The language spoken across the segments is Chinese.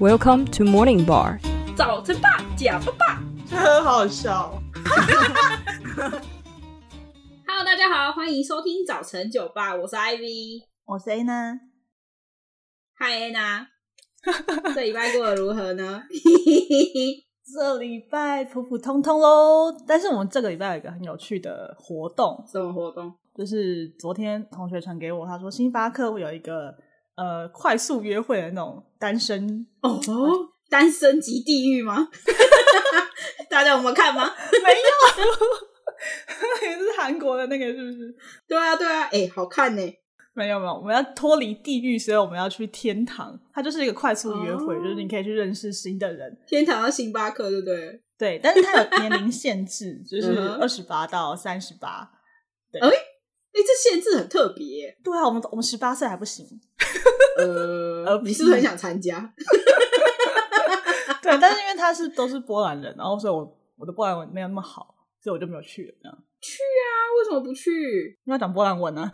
Welcome to Morning Bar。早晨吧，假爸爸。很好笑。 Hello，大家好，欢迎收听早晨酒吧，我是 IV。我谁呢？嗨，Anna，这礼拜过得如何呢？ 这礼拜普普通通喽，但是我们这个礼拜有一个很有趣的活动，什么活动？就是昨天同学传给我，他说星巴克会有一个呃快速约会的那种单身， 哦，单身即地狱 吗？大家有没有看吗？也是韩国的那个是不是？对啊，对啊，哎、好看呢、没有没有，我们要脱离地狱，所以我们要去天堂。它就是一个快速约会，哦就是你可以去认识新的人。天堂到星巴克，对不对？对，但是它有年龄限制，就是嗯哼二十八到三十八。哎、这限制很特别耶、对啊，我们我们十八岁还不行。 呃呃，你是不是很想参加？ 对，但是因为他是都是波兰人，然后所以我我的波兰文没有那么好，所以我就没有去了。这样，啊，为什么不去？因为要讲波兰文啊，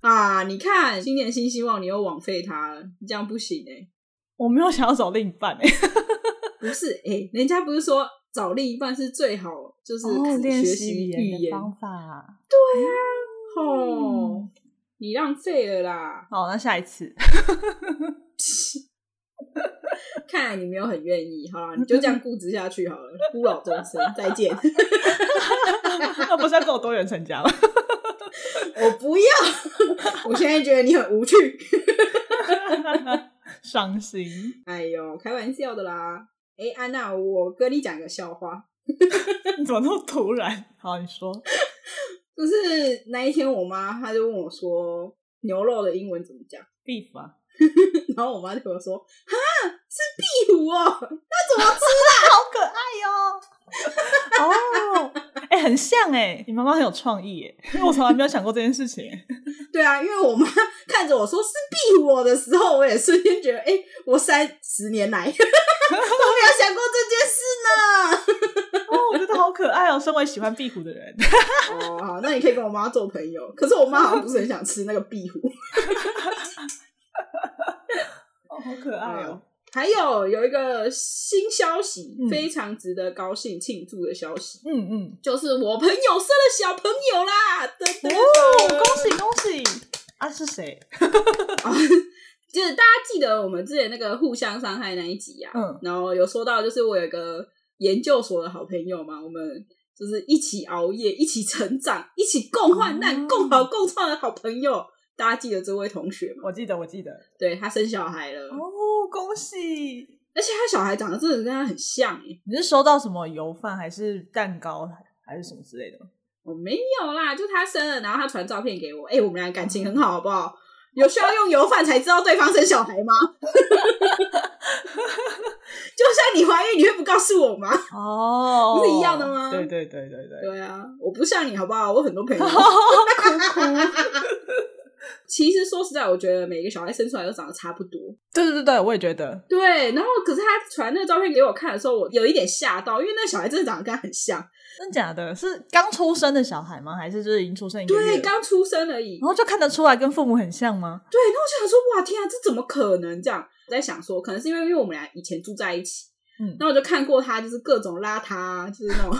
啊，你看，新年新希望，你又枉费他了，你这样不行哎、我没有想要找另一半哎、 不是，哎、人家不是说找另一半是最好，就是哦学哦习语言法。啊哦，你浪费了啦！嗯好，那下一次 看来你没有很愿意，好 啦，你就这样固执下去好了，孤老终生，再 见！那不是要跟我多元成家吗？ 我不要， 我现在觉得你很无趣。伤心。哎呦，开玩笑的啦！哎、安娜，我跟你讲个笑话，你怎么那么突然？好，你说。就是那一天我妈她就问我说牛肉的英文怎么讲， beef 啊，然后我妈就跟我说啊，是壁虎哦。好可爱哟、哦， 哎、很像哎、你妈妈很有创意哎、因为我从来没有想过这件事情、欸。 对啊，因为我妈 看着我说是避我的时候，我也瞬间觉得，哎、我三十年来 都没有想过这哦，我觉得好可爱哦、身为喜欢壁虎的人，件事呢。哦，好，那你可以跟我妈做朋友，可是我妈好像不是很想吃那个壁虎。哦，好可爱哦。还有有一个新消息，非常值得高兴庆祝的消息，嗯嗯，就是我朋友生了小朋友啦！噔噔噔哦，恭喜恭喜！啊，是谁？就是大家记得我们之前那个互相伤害那一集呀、啊，嗯然后有说到，就是我有一个研究所的好朋友嘛，我们就是一起熬夜、一起成长、一起共患难、哦共好共创的好朋友。大家记得这位同学吗？我记得，我记得。对他生小孩了，哦，恭喜！而且他小孩长得真的跟他很像欸诶、你是收到什么油饭，还是蛋糕，还是什么之类的吗？我哦没有啦，就他生了，然后他传照片给我，哎、我们俩感情很好，好不好？有需要用油饭才知道对方生小孩吗？ 就像你怀孕，你会不告诉我吗？哦不是一样的吗对对对对对。对啊，我不像你好不好？我很多 朋友。其实说实在，我觉得每个小孩生出来都长得差不多。对对对对，我也觉得。对，然后可是他传那个照片给我看的时候，我有一点吓到，因为那小孩真的长得跟他很像。真假的？是刚出生的小孩吗？还是就是已经出生一个月对，了刚出生而已。然后就看得出来跟父母很像吗？对，然后我就想说，哇，天啊，这怎么可能这样？我在想说，可能是因为因为我们俩以前住在一起，嗯那我就看过他就是各种邋遢啊，就是那种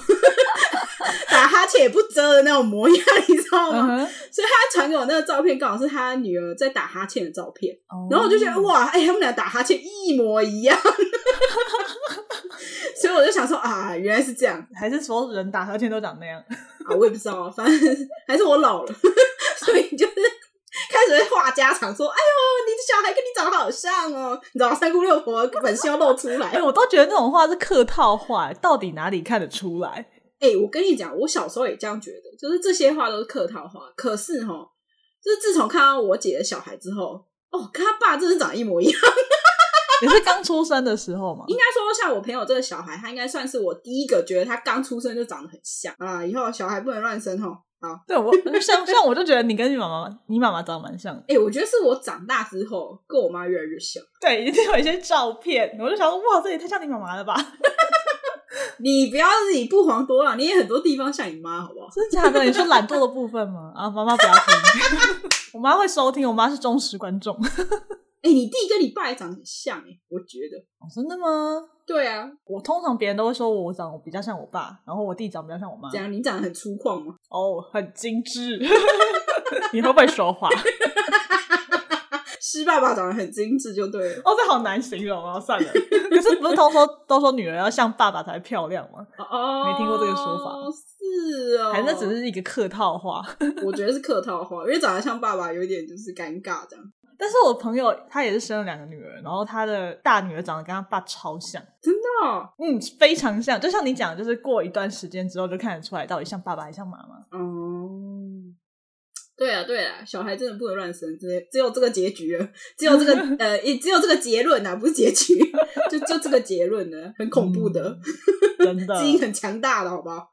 打哈欠也不遮的那种模样，你知道吗？嗯哼所以他传给我那个照片，刚好是他女儿在打哈欠的照片。哦然后我就觉得哇，哎、他们俩打哈欠一模一样， 所以我就想说啊，原来是这样还是所有人打呵欠都长那样。啊，我也不知道，反正还是我老了， 所以就是开始会话家常，说哎呦，你的小孩跟你长得好像哦，你知道三姑六婆本性要露出来哎、。我都觉得那种话是客套话，到底哪里看得出来？ 哎、我跟你讲，我小时候也这样觉得，就是这些话都是客套话。可是哈，就是自从看到我姐的小孩之后，哦，跟他爸真是长得一模一样。也是刚出生的时候嘛应。该说，像我朋友这个小孩，他应该算是我第一个觉得他刚出生就长得很像啊。以后小孩不能乱生吼。好， 对我像像我就觉得你跟你妈妈，你妈妈长得蛮像的。哎、我觉得是我长大之后跟我妈越来越像。对，一定有一些照片，我就想说，哇，这也太像你妈妈了吧？你不要自己不遑多让，你也很多地方像你妈，好不好？真假的？你说懒惰的 部分吗？啊，妈妈不要听，我妈会收听，我妈是忠实观众。哎、你弟跟你爸也长得很像哎、我觉得。哦，真的吗？对啊，我通常别人都会说我长得比较像我爸，然后我弟长得比较像我妈怎。样？你长得很粗犷吗？ 哦，很精致。 你会不会说话？施爸爸长得很精致就对了。哦，这好难形容哦，算了。 可是不是都说都说女人要像爸爸才漂亮吗？哦，没听过这个说法是哦，还是那只是一个客套话？我觉得是客套话，因为长得像爸爸有点就是尴尬这样。但是我朋友她也是生了两个女儿，然后她的大女儿长得跟她爸超像，那、哦、嗯，非常像。就像你讲的，就是过一段时间之后就看得出来到底像爸爸还像妈 妈。嗯，对啊，对啊，小孩真的不能乱生，只只有这个结局了，只有这个呃，也只有这个结论啊，不是结局，就就这个结论呢，很恐怖的，真的基因很强大的，好不好？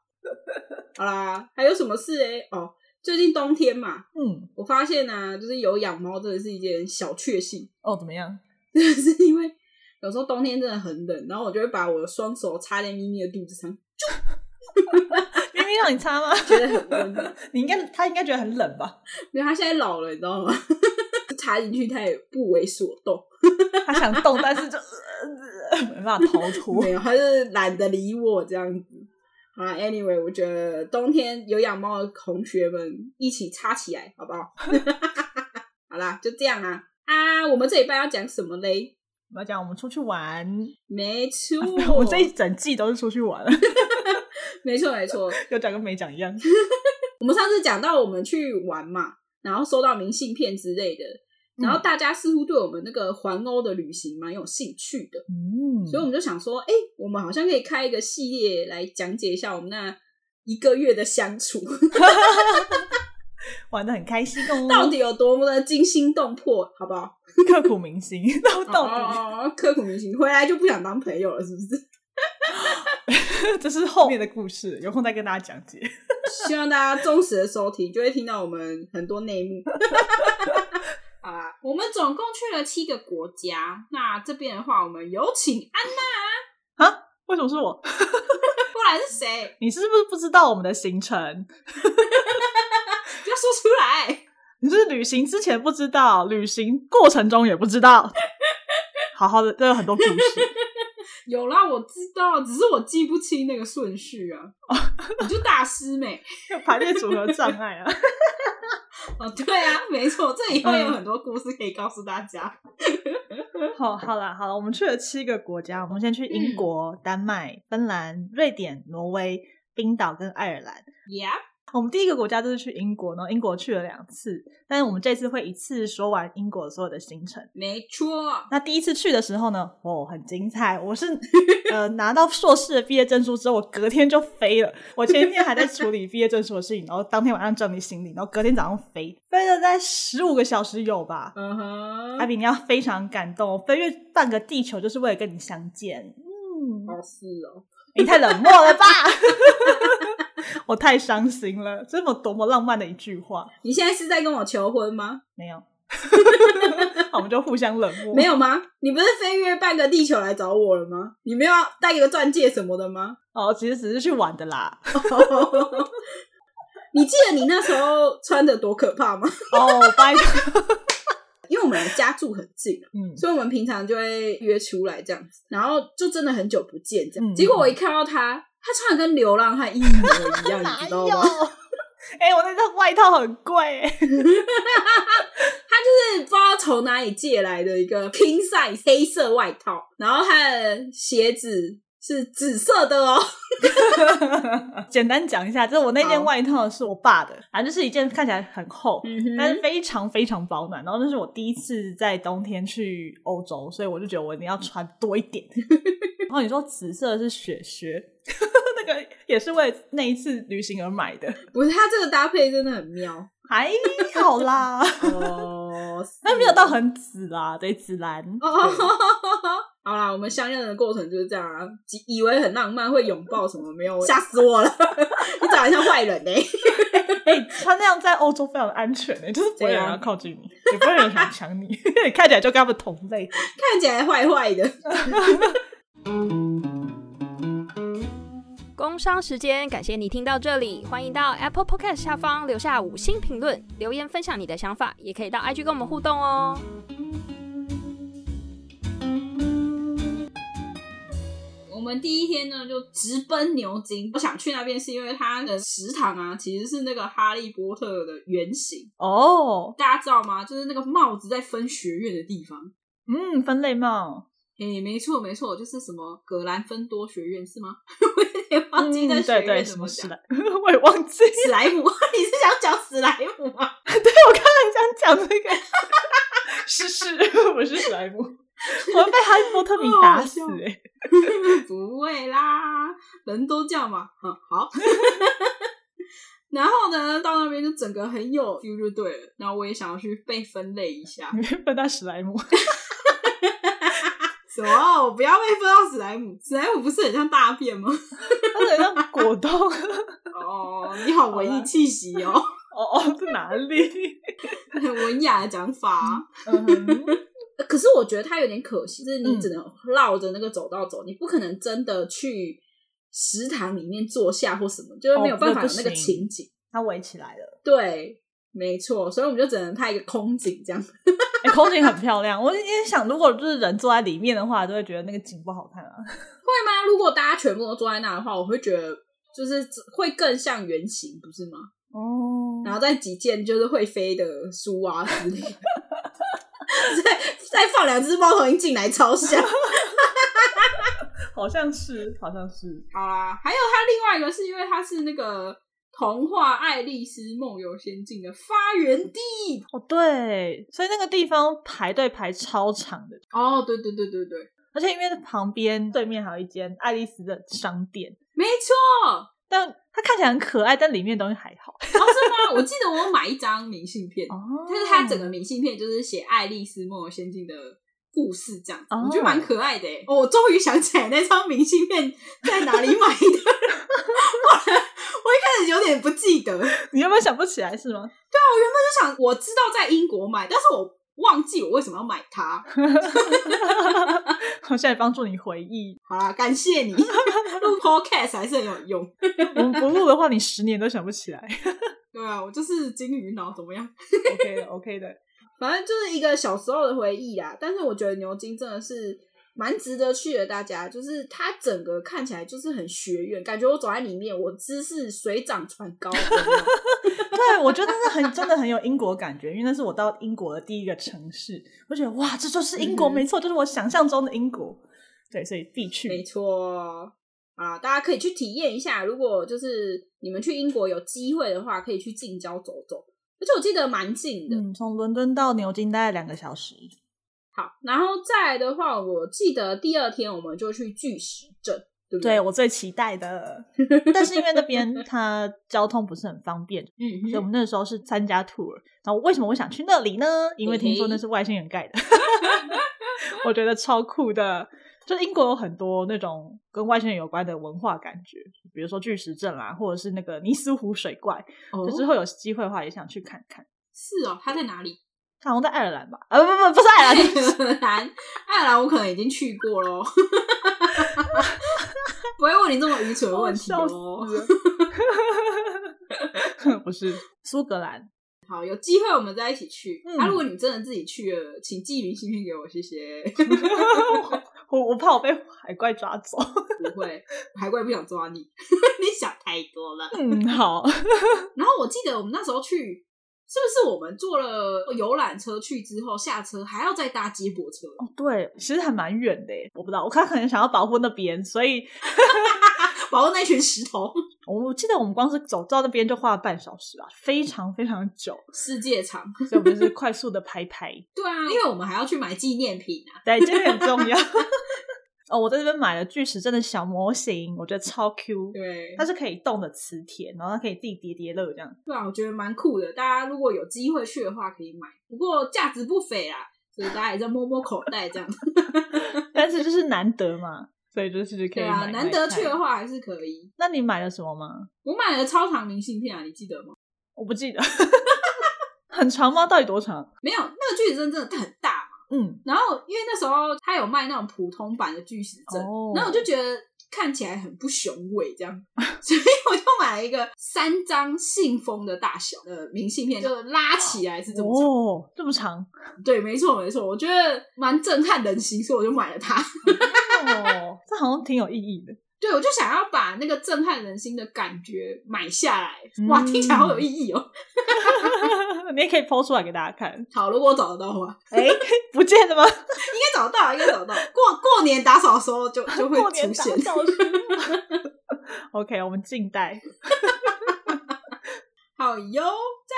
好啦，还有什么事哎、哦，最近冬天嘛，嗯，我发现啊，就是有养猫真的是一件小确幸， 哦，怎么样？就是因为有时候冬天真的很冷，然后我就会把我的双手插在咪咪的肚子上，明明让你擦吗？觉得很温暖。你应该，他应该觉得很冷吧？因为它现在老了，你知道吗？ 插进去它也不为所动，他想 动，但是就、呃、没办法逃脱没。有，它就是懒得理我这样子。啊，anyway，我觉得冬天有养猫的同学们一起插起来，好不好？ 好啦，就这样啊啊！我们这一半要讲什么嘞？我要讲，我们出去玩，，没错 我这一整季都是出去玩，没错没错，有讲跟没讲一样。我们上次讲到我们去玩嘛，然后收到明信片之类的，然后嗯大家似乎对我们那个环欧的旅行蛮有兴趣的，嗯，所以我们就想说，哎、我们好像可以开一个系列来讲解一下我们那一个月的相处玩的很开心 哦，到底有多么的惊心动魄，好不好？刻骨铭心，到到底、哦，刻骨铭心，回来就不想当朋友了，是不是？ 这是后面的故事，有空再跟大家讲解。希望大家忠实的收听，就会听到我们很多内幕。 好啦，我们总共去了七个国家。那这边的话，我们有请安为什么是我？ 不然是谁？你是不是不知道我们的行程？不要说出来。你是旅行之前不知道，旅行过程中也不知道。 好好的，这有很多故事。 有啦，我知道，只是我记不清那个顺序 啊。你就大师妹排列组合障碍啊！ 哦，对啊，没错，这以后嗯有很多故事可以告诉大家。好，好啦，好啦，我们去了七个国家，我们先去英国、丹麦、芬兰、瑞典、挪威、冰岛跟爱尔兰。 Yeah，我们第一个国家就是去英国，然后英国去了两次，但是我们这次会一次说完英国所有的行程。没错。那第一次去的时候呢，哦，很精彩。我是 呃拿到硕士的毕业证书之后，我隔天就飞了。我前一天还在处理毕业证书的事情，然后当天晚上整理行李，然后隔天早上飞，飞了在十五个小时有吧？嗯哼艾比，你要非常感动，我飞越半个地球就是为了跟你相见。嗯，哦是哦，你太冷漠了吧？ 我太伤心了，这么多么浪漫的一句话，你现在是在跟我求婚吗？没有， 那我们就互相冷漠。没有吗？你不是飞越半个地球来找我了吗？你没有要带一个钻戒什么的吗？哦，其实只是去玩的啦。你记得你那时候穿的多可怕吗？ 哦，拜托，因为我们家住很近啊，嗯，所以我们平常就会约出来这样子，然后就真的很久不见这样。嗯结果我一看到他，他穿的跟流浪汉一模一 样，你知道吗？？ 哎、我那套外套很贵、欸，就是不知道从哪里借来的一个 king size 黑色外套，然后他的鞋子是紫色的哦。简单讲一下，就是我那件好外套是我爸的，反正就是一件看起来很厚，嗯哼但是非常非常保暖。然后那是我第一次在冬天去欧洲，所以我就觉得我一定要穿多一 点。然后你说紫色是雪靴，那个也是为那一次旅行而买的，不是，他这个搭配真的很妙还好 啦，哦。但没有到很紫啦，对，紫蓝。哦，好啦，我们相认的过程就是这样啊，以以为很浪漫，会拥抱什么，没有，吓死我了！ 你长得像坏人欸呢、 哎、穿那样在欧洲非常安全的、就是不会有人要靠近你，也不会有人想抢你， 你看起来就跟他们同类。看起来坏坏的。工商时间，感谢你听到这里，欢迎到 Apple Podcast 下方留下五星评论，留言分享你的想法，也可以到 IG 跟我们互动哦。我们第一天呢就直奔牛津，我想去那边是因为它的食堂啊，其实是那个哈利波特的原型。哦，大家知道吗？就是那个帽子在分学院的地方。嗯，分类帽，诶、没错没错，就是什么格兰芬多学院是吗？ 我有点忘记那嗯学对对，院怎什么么讲史。莱， 我也忘记，史莱姆， 你是想讲史莱姆吗？ 对我刚才想讲这个， 是是， 我是史莱姆，我被哈利波特迷打死好好笑欸不会啦，人都这样嘛。嗯，好。 然后呢，到那边就整个很有 feel 就对了。然后我也想要去被分类一下。你被分到史莱姆， 什么？我不要被分到史莱姆？史莱姆不是很像大便吗？ 它很像果冻。 哦，你好文艺气息哦， 哦哦，是哪里？很文雅的讲法啊、嗯哼，可是我觉得它有点可惜，就是你嗯只能绕着那个走道走，你不可能真的去食堂里面坐下或什么，就是没有哦办法有那这个不行情景。它围起来了。对，没错，所以我们就只能拍一个空景这样。哎、空景很漂亮。我也想，如果就是人坐在里面的话，就会觉得那个景不好看啊。会吗？如果大家全部都坐在那的话，我会觉得就是会更像圆形，不是吗？哦然后再几件就是会飞的书啊之类的。 再再放两只猫头鹰进来，超像。好像是，好像是。好啦，还有它另外一个是因为它是那个童话《爱丽丝梦游仙境》的发源地。哦，对，所以那个地方排队排超长的，哦，对对对对对，而且因为旁边对面还有一间爱丽丝的商店，没错。但它看起来很可爱，但里面的东西还好。哦，是吗？我记得我有买一张明信片，哦就是它整个明信片就是写《爱丽丝梦游仙境》的故事这样子，哦我觉得蛮可爱的欸、哦，我终于想起来那张明信片在哪里买的，我我一开始有点不记得，我原 你有没有想不起来是吗？本就想我知道在英国买，但是我忘记我为什么要买它。我现在帮助你回忆。好啦，感谢你 录 podcast 还是很有用。我们不录的话，你十年都想不起来。对啊，我就是金鱼脑，怎么样？ OK 的，OK 的。反正就是一个小时候的回忆啦。但是我觉得牛津真的是蛮值得去的，大家就是它整个看起来就是很学院，感觉我走在里面，我知识水涨船高。有没有对，我觉得那很真的很有英国感觉，因为那是我到英国的第一个城市，我觉得哇，这就是英国，嗯哼没错，就是我想象中的英国。对，所以必 没去。错啊，大家可以去体验一下。如果就是你们去英国有机会的话，可以去近郊走走，而且我记得蛮近的。嗯，从伦敦到牛津大概两个小时。好，然后再来的话，我记得第二天我们就去巨石镇，对不 对我最期待的， 但是因为那边它交通不是很方便，嗯所以我哼，们那时候是参加 tour。然后为什么我想去那里呢？因为听说那是外星人盖的， 我觉得超酷的。就英国有很多那种跟外星人有关的文化感觉，比如说巨石阵啦，或者是那个尼斯湖水怪，哦就之后有机会的话也想去看看。是哦，它在哪里？ 好像在爱尔兰吧？啊，不不不，不是爱尔爱尔兰， 兰，爱尔兰我可能已经去过喽， 不会问你这么愚蠢的问题笑死哦。了。不是苏格兰，好，有机会我们再一起去。嗯啊，如果你真的自己去了，请寄明信片给我，谢谢。 我我怕我被海怪抓 走。不会，海怪不想抓你， 你想太多了。嗯，好，然后我记得我们那时候去，是不是我们坐了游览车去之后下车还要再搭接驳车？ 对，其实还蛮远的耶，我不知道，我看可能想要保护那边，所以 保护那群石头，我记得我们光是走到那边就花了半小时吧，非常非常久， 世界场。所以我们就是快速的排排， 对啊，因为我们还要去买纪念品啊。对，这个很重要。 哦，我在这边买了巨石阵的小模型，我觉得超 Q，对它是可以动的磁铁，然后它可以自己叠叠乐这样。对啊，我觉得蛮酷的。大家如果有机会去的话，可以买，不过价值不菲啦，所以大家也在摸摸口袋这样。但是就是难得嘛，所以就是可以对啊，买难得去的。买看话还是可以。那你买了什么吗？我买了超长明信片啊，你记得吗？我不记得， 很长吗？到底多长？没有，那个巨石阵真的很大嘛。嗯，然后因为那时候他有卖那种普通版的巨石阵，哦然后我就觉得看起来很不雄伟这样， 所以我就买了一个三张信封的大小的明信片，就拉起来是这么长。哦，这么长， 对，没错没错，我觉得蛮震撼人心，所以我就买了它。 哦，这好像挺有意义的。 对，我就想要把那个震撼人心的感觉买下来。嗯哇，听起来好有意义哦！ 你也可以剖出来给大家看。好，如果我找得到的话，哎， 不见了吗？应该找得到，应该找得 到。过过年打扫的时候就就会过出年打现。扫书。OK，我们静待。 好哟，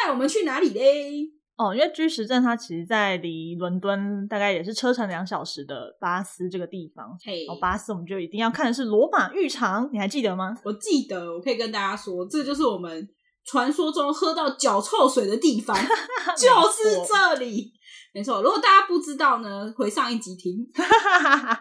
在我们去哪里嘞？哦，因为巨石镇它其实，在离伦敦大概也是车程两小时的巴斯这个地方。嘿、哦，巴斯我们就一定要看的是罗马浴场，你还记得吗？ 我记得，我可以跟大家说，这就是我们传说中喝到脚臭水的地 方，就是没错这里。没错，如果大家不知道呢，回上一集听。 哎、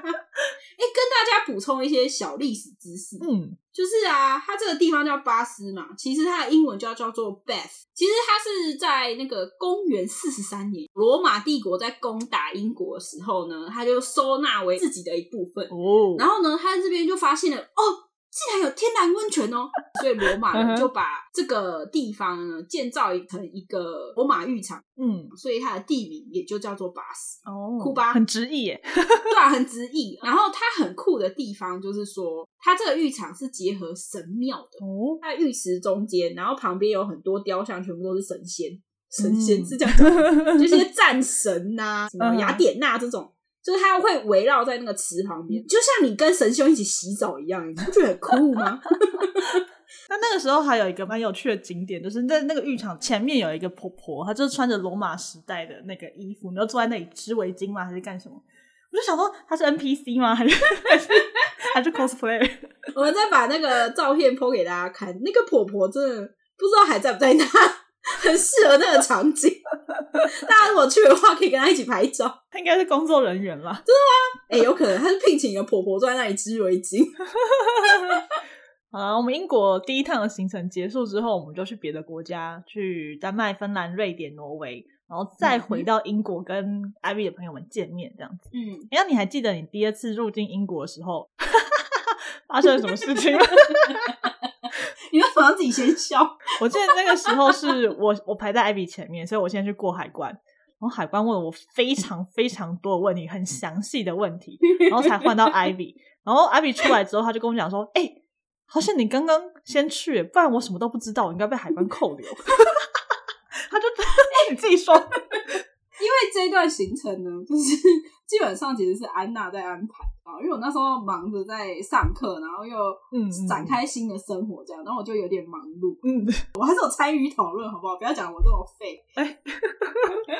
跟大家补充一些小历史知识，嗯，就是啊，它这个地方叫巴斯嘛，其实它的英文就叫做 Bath。其实它是在那个公元四十三年，罗马帝国在攻打英国的时候呢，它就收纳为自己的一部分。哦，然后呢，他在这边就发现了，哦，竟然有天然温泉哦，所以罗马嗯哼人就把这个地方呢建造成一个呃罗马浴场，嗯，所以它的地名也就叫做巴斯，哦，酷吧很直译耶。对啊，很直译。然后它很酷的地方就是说，它这个浴场是结合神庙的，哦，它的浴池中间，然后旁边有很多雕像，全部都是神仙，神嗯仙是这样讲吗， 就一些战神呐、什么雅典娜这种，就是它会围绕在那个池旁边，就像你跟神仙一起洗澡一样，你不觉得很酷吗？ 那那个时候还有一个蛮有趣的景点，就是在那个浴场前面有一个婆婆，她就是穿着罗马时代的那个衣服，你就坐在那里织围巾吗？还是干什么？我就想说她是 NPC 吗？还是还是还是 cosplayer？我们再把那个照片 PO 给大家看，那个婆婆真的不知道还在不在那，很适合那个场景。大家如果去的话，可以跟她一起拍照。她应该是工作人员啦。哎、有可能她是聘请一个婆婆坐在那里织围巾。好了，我们英国第一趟的行程结束之后，我们就去别的国家，去丹麦、芬兰、瑞典、挪威，然后再回到英国跟艾薇的朋友们见面，这样子。嗯，哎、那你还记得你第二次入境英国的时候 发生了什么事情吗？你为什么要自己先笑？我记得那个时候是我我排在艾比前面，所以我先去过海关，然后海关问了我非常非常多的问题，很详细的问题，然后才换到艾比。然后艾比出来之后，他就跟我讲说：“哎、好像你刚刚先去，不然我什么都不知道，我应该被海关扣留。”他就 哎你自己说，因为这一段行程呢， 就是基本上其实是安娜在安排啊，因为我那时候忙着在上课，然后又嗯展开新的生活这样，然后我就有点忙碌。嗯，我还是有参与讨论，好不好？不要讲我这么废。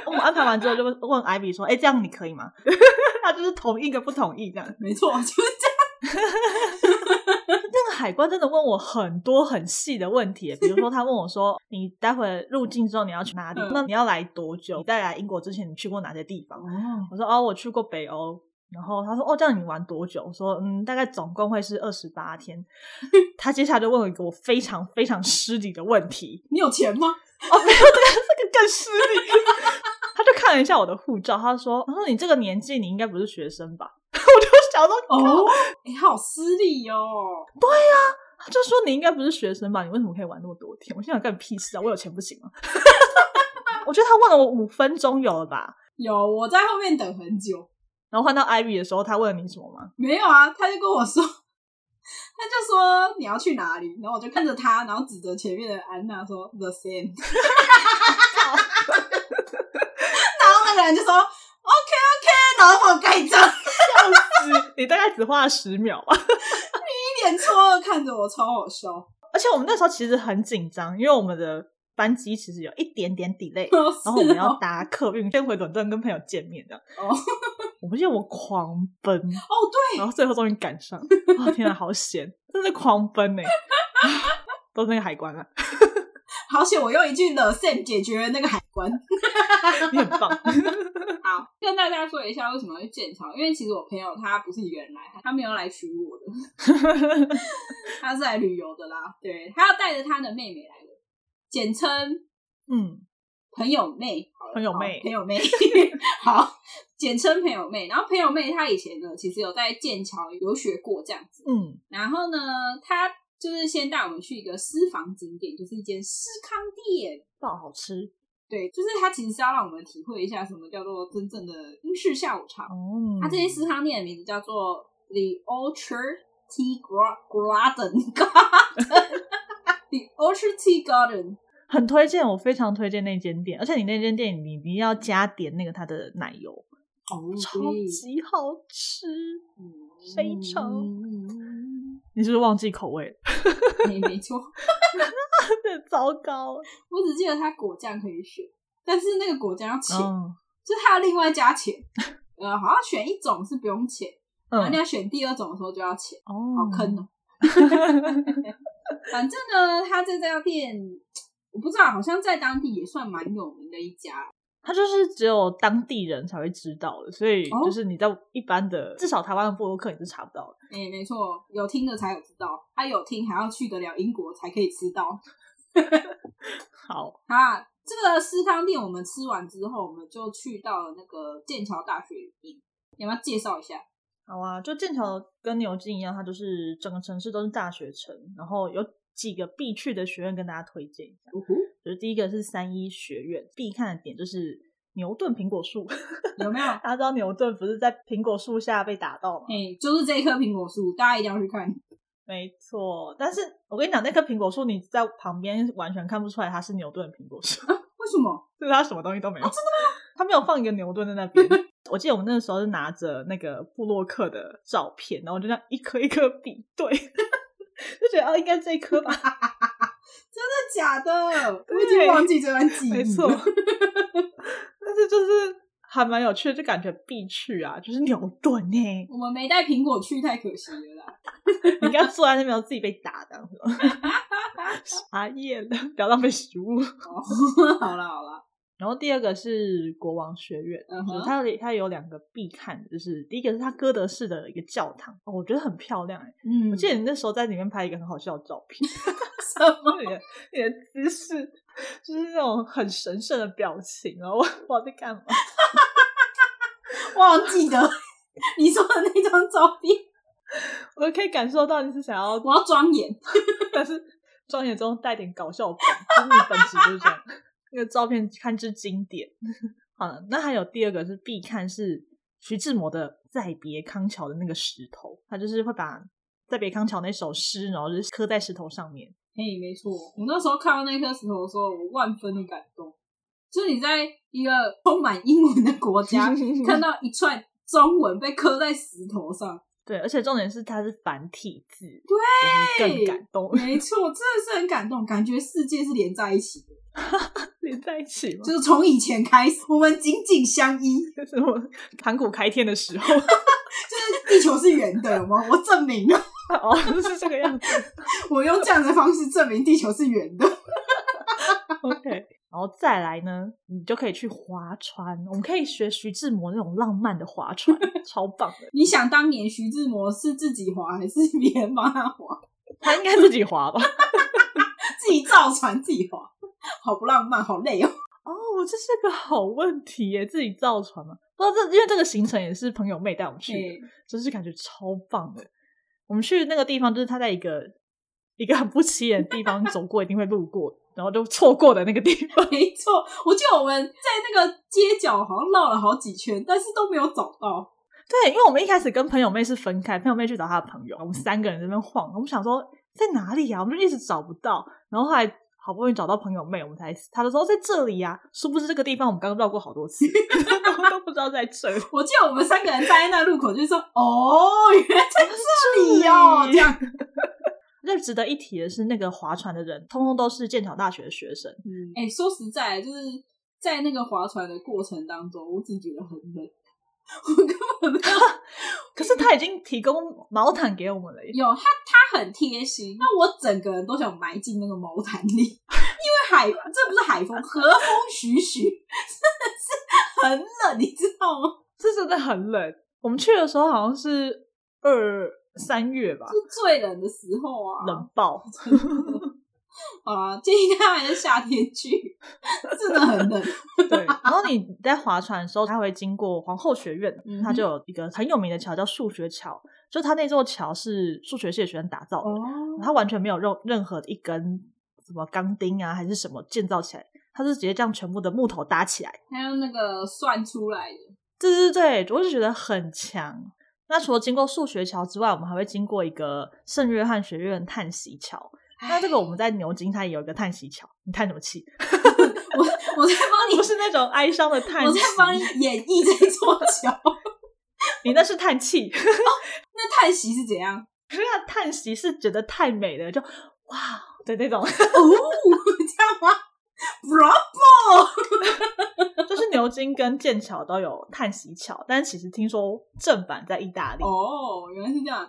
我们安排完之后就问问艾比说：“哎、这样你可以吗？” 他就是同意跟不同意这样。没错， 就是那个海关真的问我很多很细的问题，比如说他问我说：“你待会入境之后你要去哪里？嗯那你要来多久？你在来英国之前你去过哪些地方这？”样。我说：“哦，我去过北欧。”然后他说：“哦，这样你玩多久？”我说：“嗯，大概总共会是二十八天。”他接下来就问我一个我非常非常失礼的问题，你有钱吗？哦，没有，这个这个 更失礼。 他就看了一下我的护照，他说：“他说你这个年纪你应该不是学生吧？” 我就想说：“哦，哎、好失礼哦。他就说你应该不是学生吧？你为什么可以玩那么多天？我心想干你屁事啊！我有钱不行吗？ 我觉得他问了我五分钟有了吧，有我在后面等很久，然后换到 Ivy 的时候，他问了你什么吗？ 没有啊？他就跟我说，他就说你要去哪里，然后我就看着他，然后指着前面的安娜说 the same。然后那个人就说 OK OK，然后帮我盖章，是你大概只花了十秒吧。 一脸错愕看着我，超好笑。而且我们那时候其实很紧张，因为我们的班机其实有一点点 delay，然然后我们要搭客运先回伦敦跟朋友见面这样。哦 我不记得我狂奔，哦，对，然后最后终于赶上。 哇，天啊，好险！真的狂奔呢、 都是那个海关了、啊好险，我用一句 the same 解决了那个海关。 你很棒。 好，跟大家说一下为什么会建巢，因为其实我朋友他不是一个人来，他没有来娶我的， 他是来旅游的啦。对他要带着他的妹妹来的，简称嗯，朋友妹好了，朋友妹好朋友妹， 好，简称朋友妹。然后朋友妹她以前呢，其实有在剑桥游学过这样子。嗯，然后呢，她就是先带我们去一个私房景点，就是一间私康店。爆好吃。对，就是它其实是要让我们体会一下什么叫做真正的英式下午茶。哦它这间私汤店的名字叫做 The Orchard Tea Gra- Garden Garden The Orchard Tea Garden。很推荐，我非常推荐那间店，而且你那间店你一定要加点那个它的奶油，哦超级好吃。对非常嗯你是不是忘记口味了？ 没没错，糟糕，我只记得它果酱可以选，但是那个果酱要钱，嗯就是它要另外加钱。呃，好像选一种是不用钱，然后你嗯，要选第二种的时候就要钱，哦好坑 哦。 反正呢，它这家店我不知道，好像在当地也算蛮有名的一家。它就是只有当地人才会知道的，所以哦就是你在一般的，至少台湾的布洛克你是查不到的。哎、没错，有听的才有知道，他有听还要去得了英国才可以吃到好，啊。这个私汤店我们吃完之后，我们就去到了那个剑桥大学营，你要不要介绍一下？好啊，就剑桥跟牛津一样，它就是整个城市都是大学城，然后有几个必去的学院跟大家推荐一下。呜呼就是第一个是三一学院，必看的点就是牛顿苹果树。 有没有？大家知道牛顿不是在苹果树下被打到吗？ 哎、就是这一棵苹果树，大家一定要去看。没错，但是我跟你讲，那棵苹果树你在旁边完全看不出来它是牛顿苹果树， 为什么？就是它什么东西都哦没有。真的吗？它没有放一个牛顿在那边。 我记得我们那时候是拿着那个布洛克的照片，然后我就这样一颗一颗比对， 就觉得哦，应该这一颗吧。真的假的？对我已经忘记这段记忆了。没错， 但是就是还蛮有趣的，就感觉必去啊，就是牛顿呢、我们没带苹果去，太可惜了啦。 你刚坐在那边，我自己被打这样子， 茶叶了，不要浪费食物。哦，好啦好啦，然后第二个是国王学院，嗯哼就是它有它有两个必看的，就是第一个是它哥德式的一个教堂，哦我觉得很漂亮、欸。嗯我记得你那时候在里面拍一个很好笑的照片， 什么？就是你的你的姿势就是那种很神圣的表情，然后我我在干嘛？忘记得 你说的那张照片， 我都可以感受到你是想要，我要庄严。但是庄严中带点搞笑本，就是你本质就是这样。 那个照片堪之经典。 好了，那还有第二个是必看是徐志摩的《再别康桥》的那个石头，他就是会把《再别康桥》那首诗，然后就是刻在石头上面。嘿，没错，我那时候看到那颗石头的时候，我万分的感动。就是你在一个充满英文的国 家，看到一串中文被刻在石头上，对，而且重点是它是繁体字，对更感动， 没错，真的是很感动，感觉世界是连在一起的。连在一起吗？就是从以前开始，我们紧紧相依，就是我盘古开天的时候， 就是地球是圆的，有吗？我证明了，哦， 是这个样子。我用这样的方式证明地球是圆的。 OK，然后再来呢，你就可以去划船。我们可以学徐志摩那种浪漫的划船，超棒的。你想当年徐志摩是自己划还是别人帮他划？他应该自己划吧？ 自己造船自己划，好不浪漫，好累哦。哦，我这是个好问题耶，自己造船嘛。不知道这，因为这个行程也是朋友妹带我们去的，真是感觉超棒的。我们去那个地方，就是他在一个一个很不起眼的地方走过，一定会路过，然后就错过的那个地方。 没错，我记得我们在那个街角好像绕了好几圈，但是都没有找到。对，因为我们一开始跟朋友妹是分开，朋友妹去找她的朋友，我嗯们三个人在那边晃，我们想说在哪里啊，我们就一直找不到，然后后来好不容易找到朋友妹，我们才她就说哦在这里呀、殊不知这个地方我们刚刚绕过好多次， 都不知道在这里。我记得我们三个人站在那路口，就说：“哦，原来 在 这里哦。”这这 样，那值得一提的是，那个划船的人通通都是剑桥大学的学生，哎、说实在，就是在那个划船的过程当中，我只觉得很冷，我根本没有可是他已经提供毛毯给我们了耶。有他，他很贴心。那我整个人都想埋进那个毛毯里，因 为海这不是海风，和风徐徐，真的是很冷，你知道吗？这真的很冷。我们去的时候好像是二三月吧，是最冷的时候啊！冷爆。 啊，建议大家还是夏天去， 真的很冷。 对，然后你在划船的时候，它会经过皇后学院，嗯哼它就有一个很有名的桥叫数学桥，就它那座桥是数学系的学生打造的，哦，它完全没有任任何一根什么钢钉啊还是什么建造起来，它是直接这样全部的木头搭起来。还有那个算出来的，对对对，对我就觉得很强。那除了经过数学桥之外，我们还会经过一个圣约翰学院叹息桥。哎那这个我们在牛津它也有一个叹息桥，你叹什么 气？我哎我在帮不你，是那种哀伤的叹我息在，帮你演绎这座桥。你那是叹气。 那叹息是怎样？ 可是他叹息是觉得太美了，就哇的那种， 哦，这样吗？Bro，就是牛津跟剑桥都有叹息桥，但是其实听说正版在意大利，哦，原来是这样。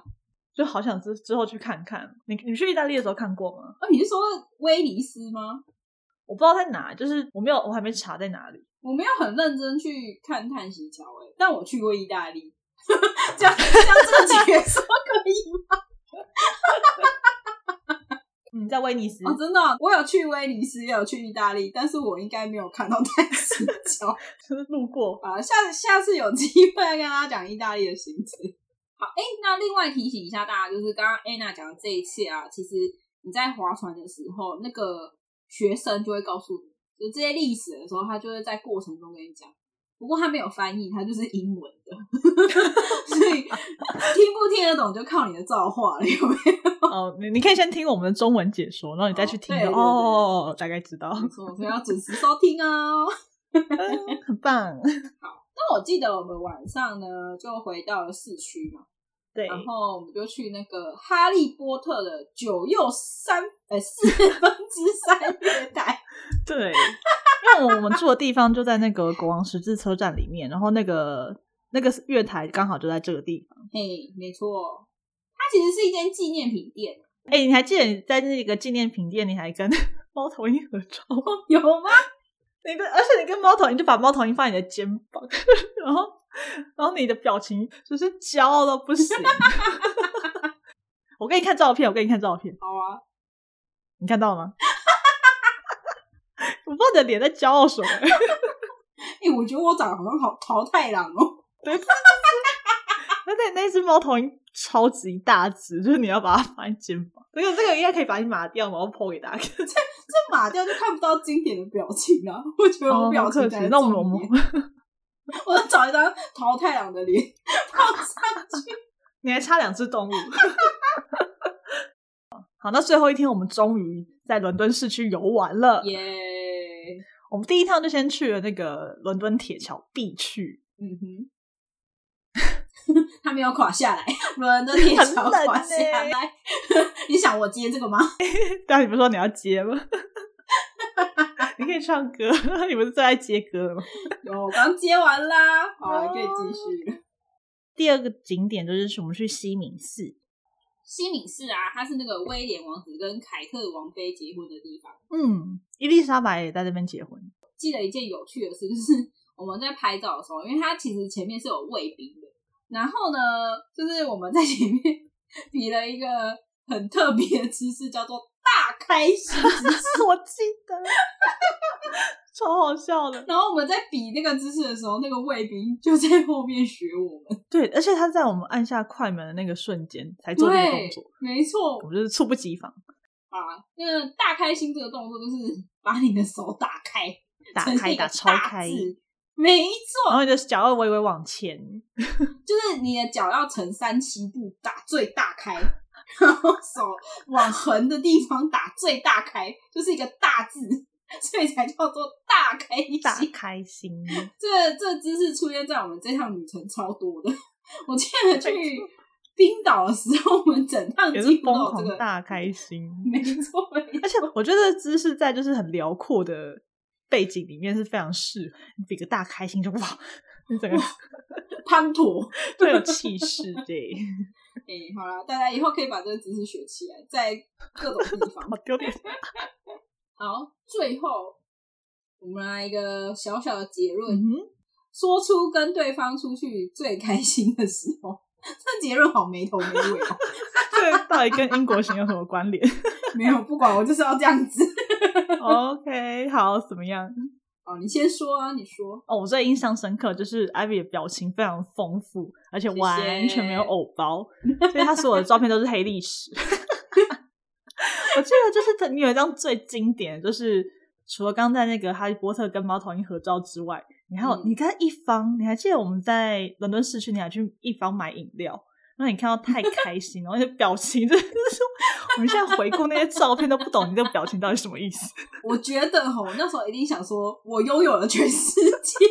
就好想之之后去看看。你你去意大利的时候看过吗？哦，你是说威尼斯吗？我不知道在哪，就是我没有，我还没查在哪里。我没有很认真去看叹息桥，哎，但我去过意大利。 这样这样自己也说可以吗？嗯，在威尼斯，哦，真的哦、我有去威尼斯，也有去意大利，但是我应该没有看到 叹息桥。就是路过。啊，下下次有机会再跟大家讲意大利的行程。好，哎、那另外提醒一下大家，就是刚刚安娜讲的这一切啊，其实你在划船的时候，那个学生就会告诉你，就这些历史的时候，他就会在过程中跟你讲。不过他没有翻译，他就是英文的， 所以听不听得懂就靠你的造化了，有没有？哦，你你可以先听我们的中文解说，然后你再去听哦对对对哦，大概知道， 没错，所以要准时收听哦。嗯很棒。那我记得我们晚上呢，就回到了市区嘛，对，然后我们就去那个《哈利波特》的九又三呃四分之三月台， 对， 因为我们住的地方就在那个国王十字车站里面，然后那个那个月台刚好就在这个地方。嘿，没错，它其实是一间纪念品店，哦哎、你还记得你在那个纪念品店，你还跟 猫头鹰合照？有吗？ 你跟而且你跟猫头鹰就把猫头鹰放你的肩膀， 然后然后你的表情就是骄傲到不行。 我给你看照片，我给你看照片，好啊，你看到了吗？ 我不知道你的脸在骄傲什么，哎、我觉得我长得好像好桃太郎哦，而且那只猫头鹰超级大只，就是你要把它放在肩膀。这个这个应该可以把你码掉，然后剖给大家 看。这马掉就看不到经典的表情了、我觉得我表情哦可才是惜。那我们我重们点，我要找一张桃太郎的脸 放上去。你还差两只动物。 好，那最后一天我们终于在伦敦市区游玩了。耶、我们第一趟就先去了那个伦敦铁桥必去， 嗯哼。 他没有垮下来， 伦敦铁桥垮下很来。 你想我接这个吗？ 但你不是说你要接吗？ 你可以唱歌， 你不是最爱接歌了吗？有，我刚接完啦。好，你可以继续。第二个景点就是我们去西敏寺，西敏寺啊，它是那个威廉王子跟凯特王妃结婚的地方。嗯，伊丽莎白也在这边结婚，记得一件有趣的事，就是 我们在拍照的时候，因为它其实前面是有卫兵的，然后呢，就是我们在前面 比了一个很特别的姿势，叫做大开心姿势。 我记得， 超好笑的。然后我们在比那个姿势的时候，那个卫兵就在后面学我们。对，而且他在我们按下快门的那个瞬间才 做这个动作，没错我们就是猝不及 防啊，那个大开心这个动作就是把你的手打开，打呈现开一个打超大开，字没错，然后你的脚要微微往 前，就是你的脚要呈三七步打最大开，然后手往横的地方打最大开，就是一个大字，所以才叫做大开大心。开心。这这姿势出现在我们这趟旅程超多的，我记得没去错冰岛的时候，我们整趟也几是乎疯都有这狂个，大开心。 没错，没错而且我觉得姿势在就是很辽阔的背景里面是非常适合，你比个大开心 就哇，你整个潘陀。 会有气势 对，哎、好啦，大家以后可以把这个知识学起来，在各种地方好。丢脸。好，最后我们来一个小小的结论，嗯哼，说出跟对方出去最开心的时候。这结论好没头没尾哦。这个到底跟英国行有什么关联没有，不管我就是要这样子。 ？OK，好，怎么样？好，你先说啊，你说。哦，我最印象深刻就是 Ivy 的表情非常丰富，而且谢谢完全没有偶包，所以她所有的照片都是黑 历史。我记得就是你有一张最经典的，就是除了刚在那个哈利波特跟猫头鹰合照之外，你还有、嗯你看一方，你还记得我们在伦敦市区，你还去一方买饮料，然后你看到太开心，然后你的表情就是 说，我们现在回顾那些照片都不懂你的表情到底什么意思，我觉得吼，那时候一定想说，我拥有了全世界。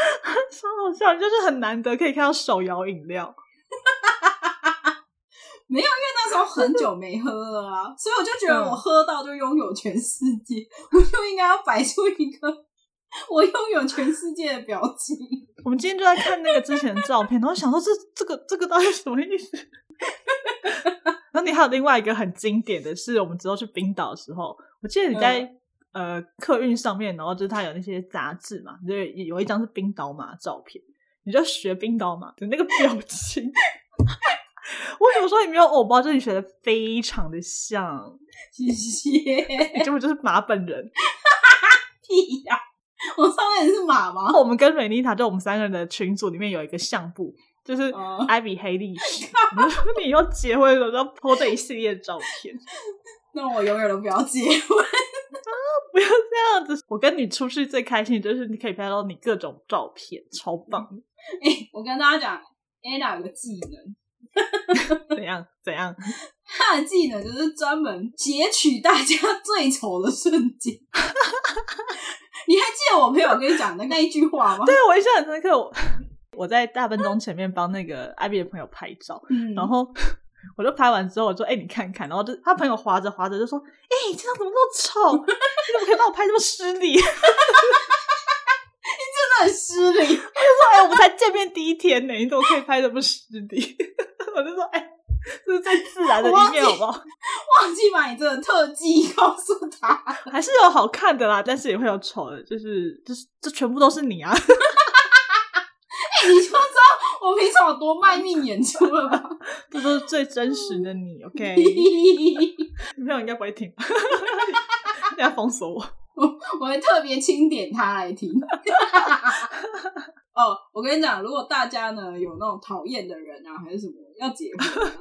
超好笑，就是很难得可以看到手摇饮料。那时候很久没喝了啊，所以我就觉得我喝到就拥有全世界，我就应该要摆出一个我拥有全世界的表情。我们今天就在看那个之前的照片，然后想说这这个这个到底是什么意思？ 然后你还有另外一个很经典的是，我们之后去冰岛的时候，我记得你在、呃客运上面，然后就是它有那些杂志嘛，就有一张是冰岛马的照片，你就学冰岛马的那个表情。 我有时候也没有偶包，就是你学的非常的像，谢谢你根本就是马本人。屁呀、我上面也是马吗 然？后我们跟瑞妮塔就我们三个人的群组里面有一个相簿，就是哦艾比黑历史。我们说你要结婚的时候抛这一系列照片，那我永远都不要结婚。不要这样子。我跟你出去最开心的就是你可以拍到你各种照片，超棒。 哎、我跟大家讲，Anna 有个技能，怎样怎样？她的技能就是专门截取大家最丑的瞬间。你还记得我朋友跟你讲的那一句话吗？对啊我印象很深刻。我我在大笨钟前面帮那个艾比的朋友拍照，嗯然后我就拍完之后我说：“哎、你看看。”然后就他朋友划着划着就说：“哎、你这张怎么那么丑？你怎么可以把我拍这么失礼？”真的很失礼。哎、我们才见面第一天呢，你怎么可以拍这么失礼？ 我就说，哎、这是最自然的一面，好不好？ 忘记把你这个特技告诉他。哎还是有好看的啦，但是也会有丑的，就是就是这全部都是你啊！哎、你就知道我平常有多卖命演出了吧？ 这都是最真实的你，OK？你 朋友应该不会听吧，人家封锁我。我会特别清点他来听。哦，我跟你讲，如果大家呢有那种讨厌的人啊，还是什么要结婚、啊，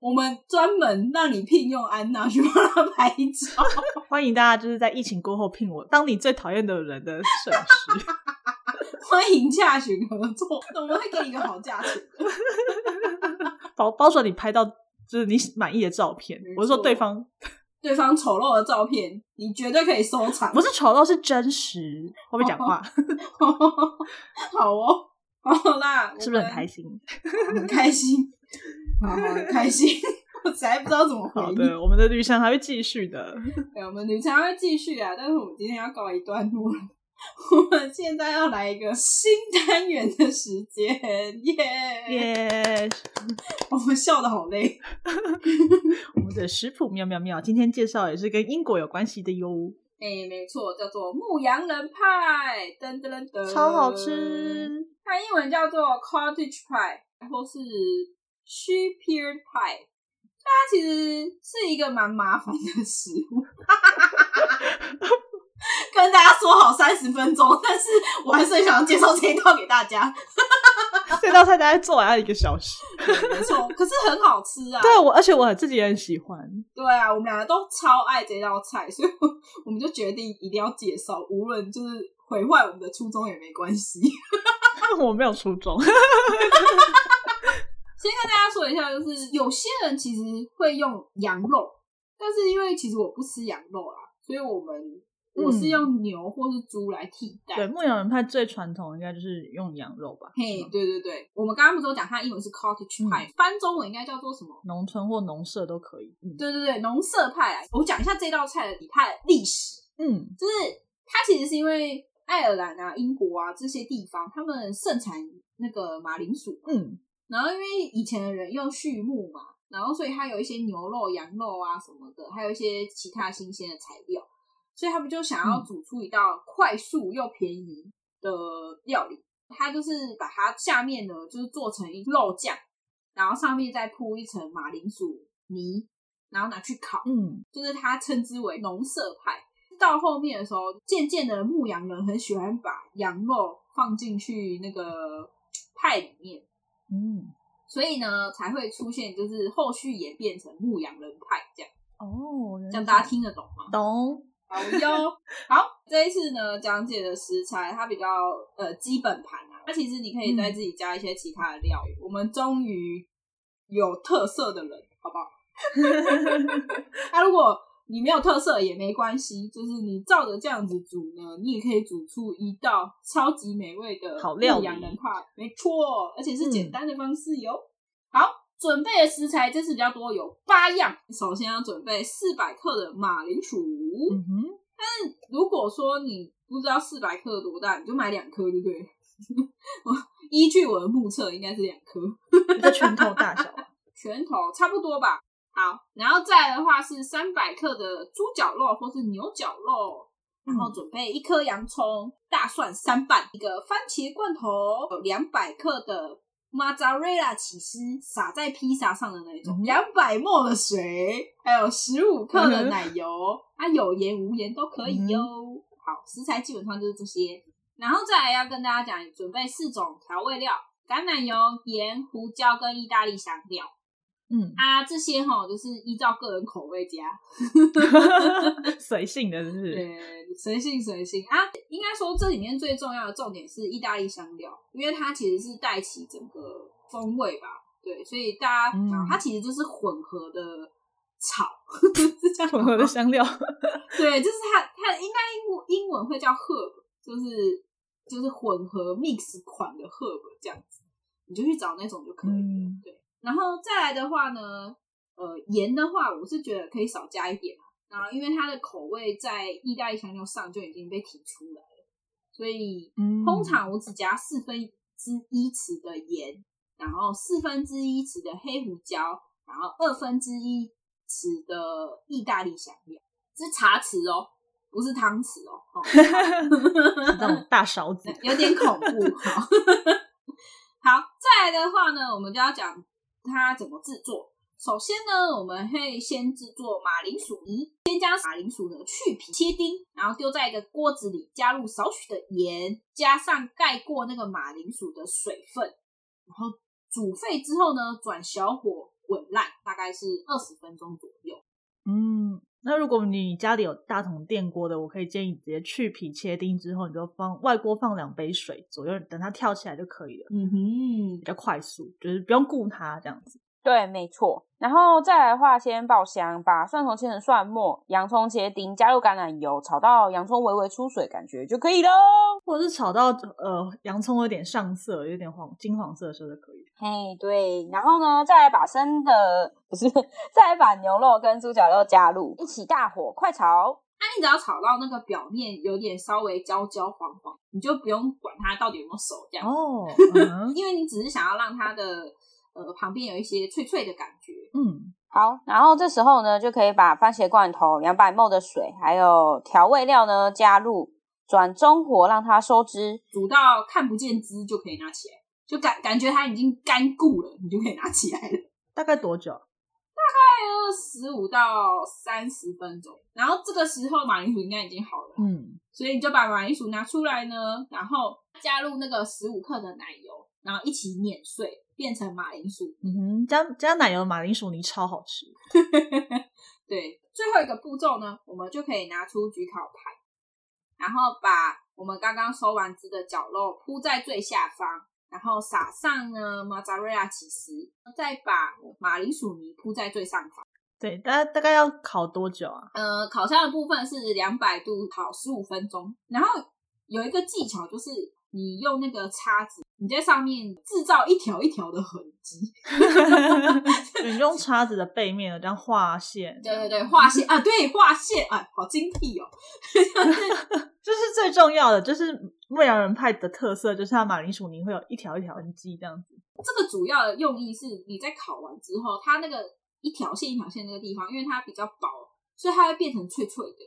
我们专门让你聘用安娜去帮他拍照。欢迎大家就是在疫情过后聘我，当你最讨厌的人的摄影师。 欢迎洽询合作， 我们会给你一个好价钱。保保准你拍到就是你满意的照片没。错我是说对方对方丑陋的照片，你绝对可以收藏不。是丑陋，是真实。会不会讲话？ 好哦，好啦， 是不是很开心？心？ 很开心，好好很开心。 我实在不知道怎么回好应。的，我们的旅程还会继续的。对，我们旅程还会继续啊，但是我们今天要告一段落了。 我们现在要来一个新单元的时间，耶、耶！我们笑的好累。我们的食谱妙妙妙，今天介绍也是跟英国有关系的哟，哎、没错，叫做牧羊人派，噔噔噔噔，超好。吃。它英文叫做 cottage pie，或是 sheeperd pie。它其实是一个蛮麻烦的食物。 跟大家说好三十分钟，但是我还是很想要介绍这一段给大家。呃这道菜大概做完要一个小时。没错，可是很好吃啊。对我，而且我自己也很喜欢。对啊，我们两个都超爱这道菜， 所以我我们就决定一定要介绍，无论就是毁坏我们的初衷也没关系。我没有初衷，先跟大家说一下，就是有些人其实会用羊肉，但是因为其实我不吃羊肉啦，所以我们我是用牛或是猪来替代。嗯对牧羊人派最传统应该就是用羊肉吧，嘿是吗嗯对对对，我们刚刚不是有讲它英文是 cottage pie，、翻中文应该叫做什么？农村或农舍都可以。嗯对对对，农舍派啊。我讲一下这道菜的它的历史。嗯，就是它其实是因为爱尔兰啊、英国啊这些地方，他们盛产那个马铃薯，嗯，然后因为以前的人用畜牧嘛，然后所以它有一些牛肉、羊肉啊什么的，还有一些其他新鲜的材料，所以他们就想要嗯煮出一道快速又便宜的料理。它就是把它下面呢，就是做成一肉酱，然后上面再铺一层马铃薯泥，然后拿去烤。嗯就是他称之为农舍派。到后面的时候，渐渐的牧羊人很喜欢把羊肉放进去那个派里面，嗯，所以呢才会出现，就是后续也变成牧羊人派这样，哦，这原来样是大家听得懂吗？懂。好哟，好，这一次呢讲解的食材它比较呃基本盘啊，那其实你可以嗯再自己加一些其他的料理。我们终于有特色的人，好不好？ 那、如果你没有特色也没关系，就是你照着这样子煮呢，你也可以煮出一道超级美味的好料理嗯洋人派，没错，而且是简单的方式哟。好，准备的食材这次比较多，有八样。首先要准备四百克的马铃薯，嗯哼，如果说你不知道四百克多大，你就买两颗就对 了。我依据我的目测，应该是两颗。一个拳头大小，啊拳头差不多吧。好，然后再来的话是三百克的猪脚肉或是牛脚肉，然后准备一颗洋葱、大蒜三瓣、一个番茄罐头，有两百克的 mozzarella 起司撒在披萨上的那种，嗯两百沫的水，还有十五克的嗯哼奶油，啊，有盐无盐都可以哟。好，食材基本上就是这些，然后再来要跟大家讲，准备四种调味料：橄榄油、盐、胡椒跟意大利香料。嗯， 啊，这些哈就是依照个人口味加，随性的，就是对，随性随性啊。应该说这里面最重要的重点是意大利香料，因为它其实是带起整个风味吧，对，所以大家、嗯啊它其实就是混合的炒， 是这样混合的香料，对，就是它它应该英文英文会叫 herb，就是就是混合 mix 款的 herb 这样子，你就去找那种就可以了。嗯对，然后再来的话呢，呃，盐的话，我是觉得可以少加一点啊，然后因为它的口味在意大利香料上就已经被提出来了，所以嗯通常我只加四分之一匙的盐，然后四分之一匙的黑胡椒，然后二分之一匙的意大利香料，是茶匙哦，不是汤匙哦，哦那嗯种大勺子，有点恐 怖。好，好，再来的话呢，我们就要讲它怎么制作。首先呢，我们会先制作马铃薯泥，先将马铃薯呢去皮切丁，然后丢在一个锅子里，加入少许的盐，加上盖过那个马铃薯的水分，然后煮沸之后呢，转小火滚烂，大概是二十分钟左右。嗯，那如果你家里有大桶电锅的，我可以建议你直接去皮切丁之后，你就放外锅放两杯水左右，等它跳起来就可以了，嗯哼比，较快速，就是不用顾它这样子。对，没错。然后再来的话，先爆香，把蒜头切成蒜末，洋葱切丁，加入橄榄油，炒到洋葱微微出水，感觉就可以喽。或者是炒到呃洋葱有点上色，有点黄金黄色的时候就可以了。嘿，对。然后呢，再来把生的不是，再来把牛肉跟猪脚肉加入，一起大火快炒。那你只要炒到那个表面有点稍微焦焦黄黄，你就不用管它到底有没有熟这样。哦，嗯哼因为你只是想要让它的呃旁边有一些脆脆的感觉。嗯，好，然后这时候呢，就可以把番茄罐头、两百 ml 的水，还有调味料呢加入，转中火让它收汁。煮到看不见汁就可以拿起来，就感感觉它已经干固了，你就可以拿起来了。大概多久？啊大概十五到三十分钟，然后这个时候马铃薯应该已经好了，嗯，所以你就把马铃薯拿出来呢，然后加入那个十五克的奶油，然后一起碾碎，变成马铃薯嗯哼，加加奶油的马铃薯泥超好吃。 对，最后一个步骤呢，我们就可以拿出焗烤盘，然后把我们刚刚收完汁的绞肉铺在最下方，然后撒上呢 mozzarella 起司，再把马铃薯泥铺在最上方。对，大概大概要烤多久啊？ 呃，烤箱的部分是两百度烤十五分钟，然后有一个技巧就是你用那个叉子，你在上面制造一条一条的痕迹。你用叉子的背面的这样画线，对对对，画线啊，对画线啊，好精辟哦。这是最重要的，就是瑞阳人派的特色，就是它马铃薯泥会有一条一条痕迹这样子。这个主要的用意是你在烤完之后，它那个一条线一条线那个地方，因为它比较薄，所以它会变成脆脆的。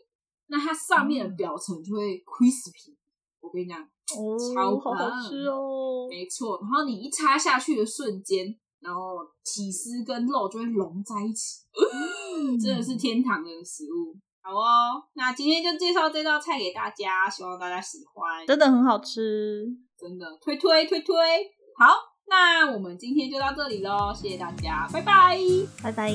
那它上面的表层就会 crispy。我跟你讲，哦超好棒好吃哦！没错。然后你一插下去的瞬间，然后起司跟肉就会融在一起，真的是天堂的食物。好哦，那今天就介绍这道菜给大家，希望大家喜欢。真的很好吃。真的推推推推，好，那我们今天就到这里喽，谢谢大家，拜拜。拜拜。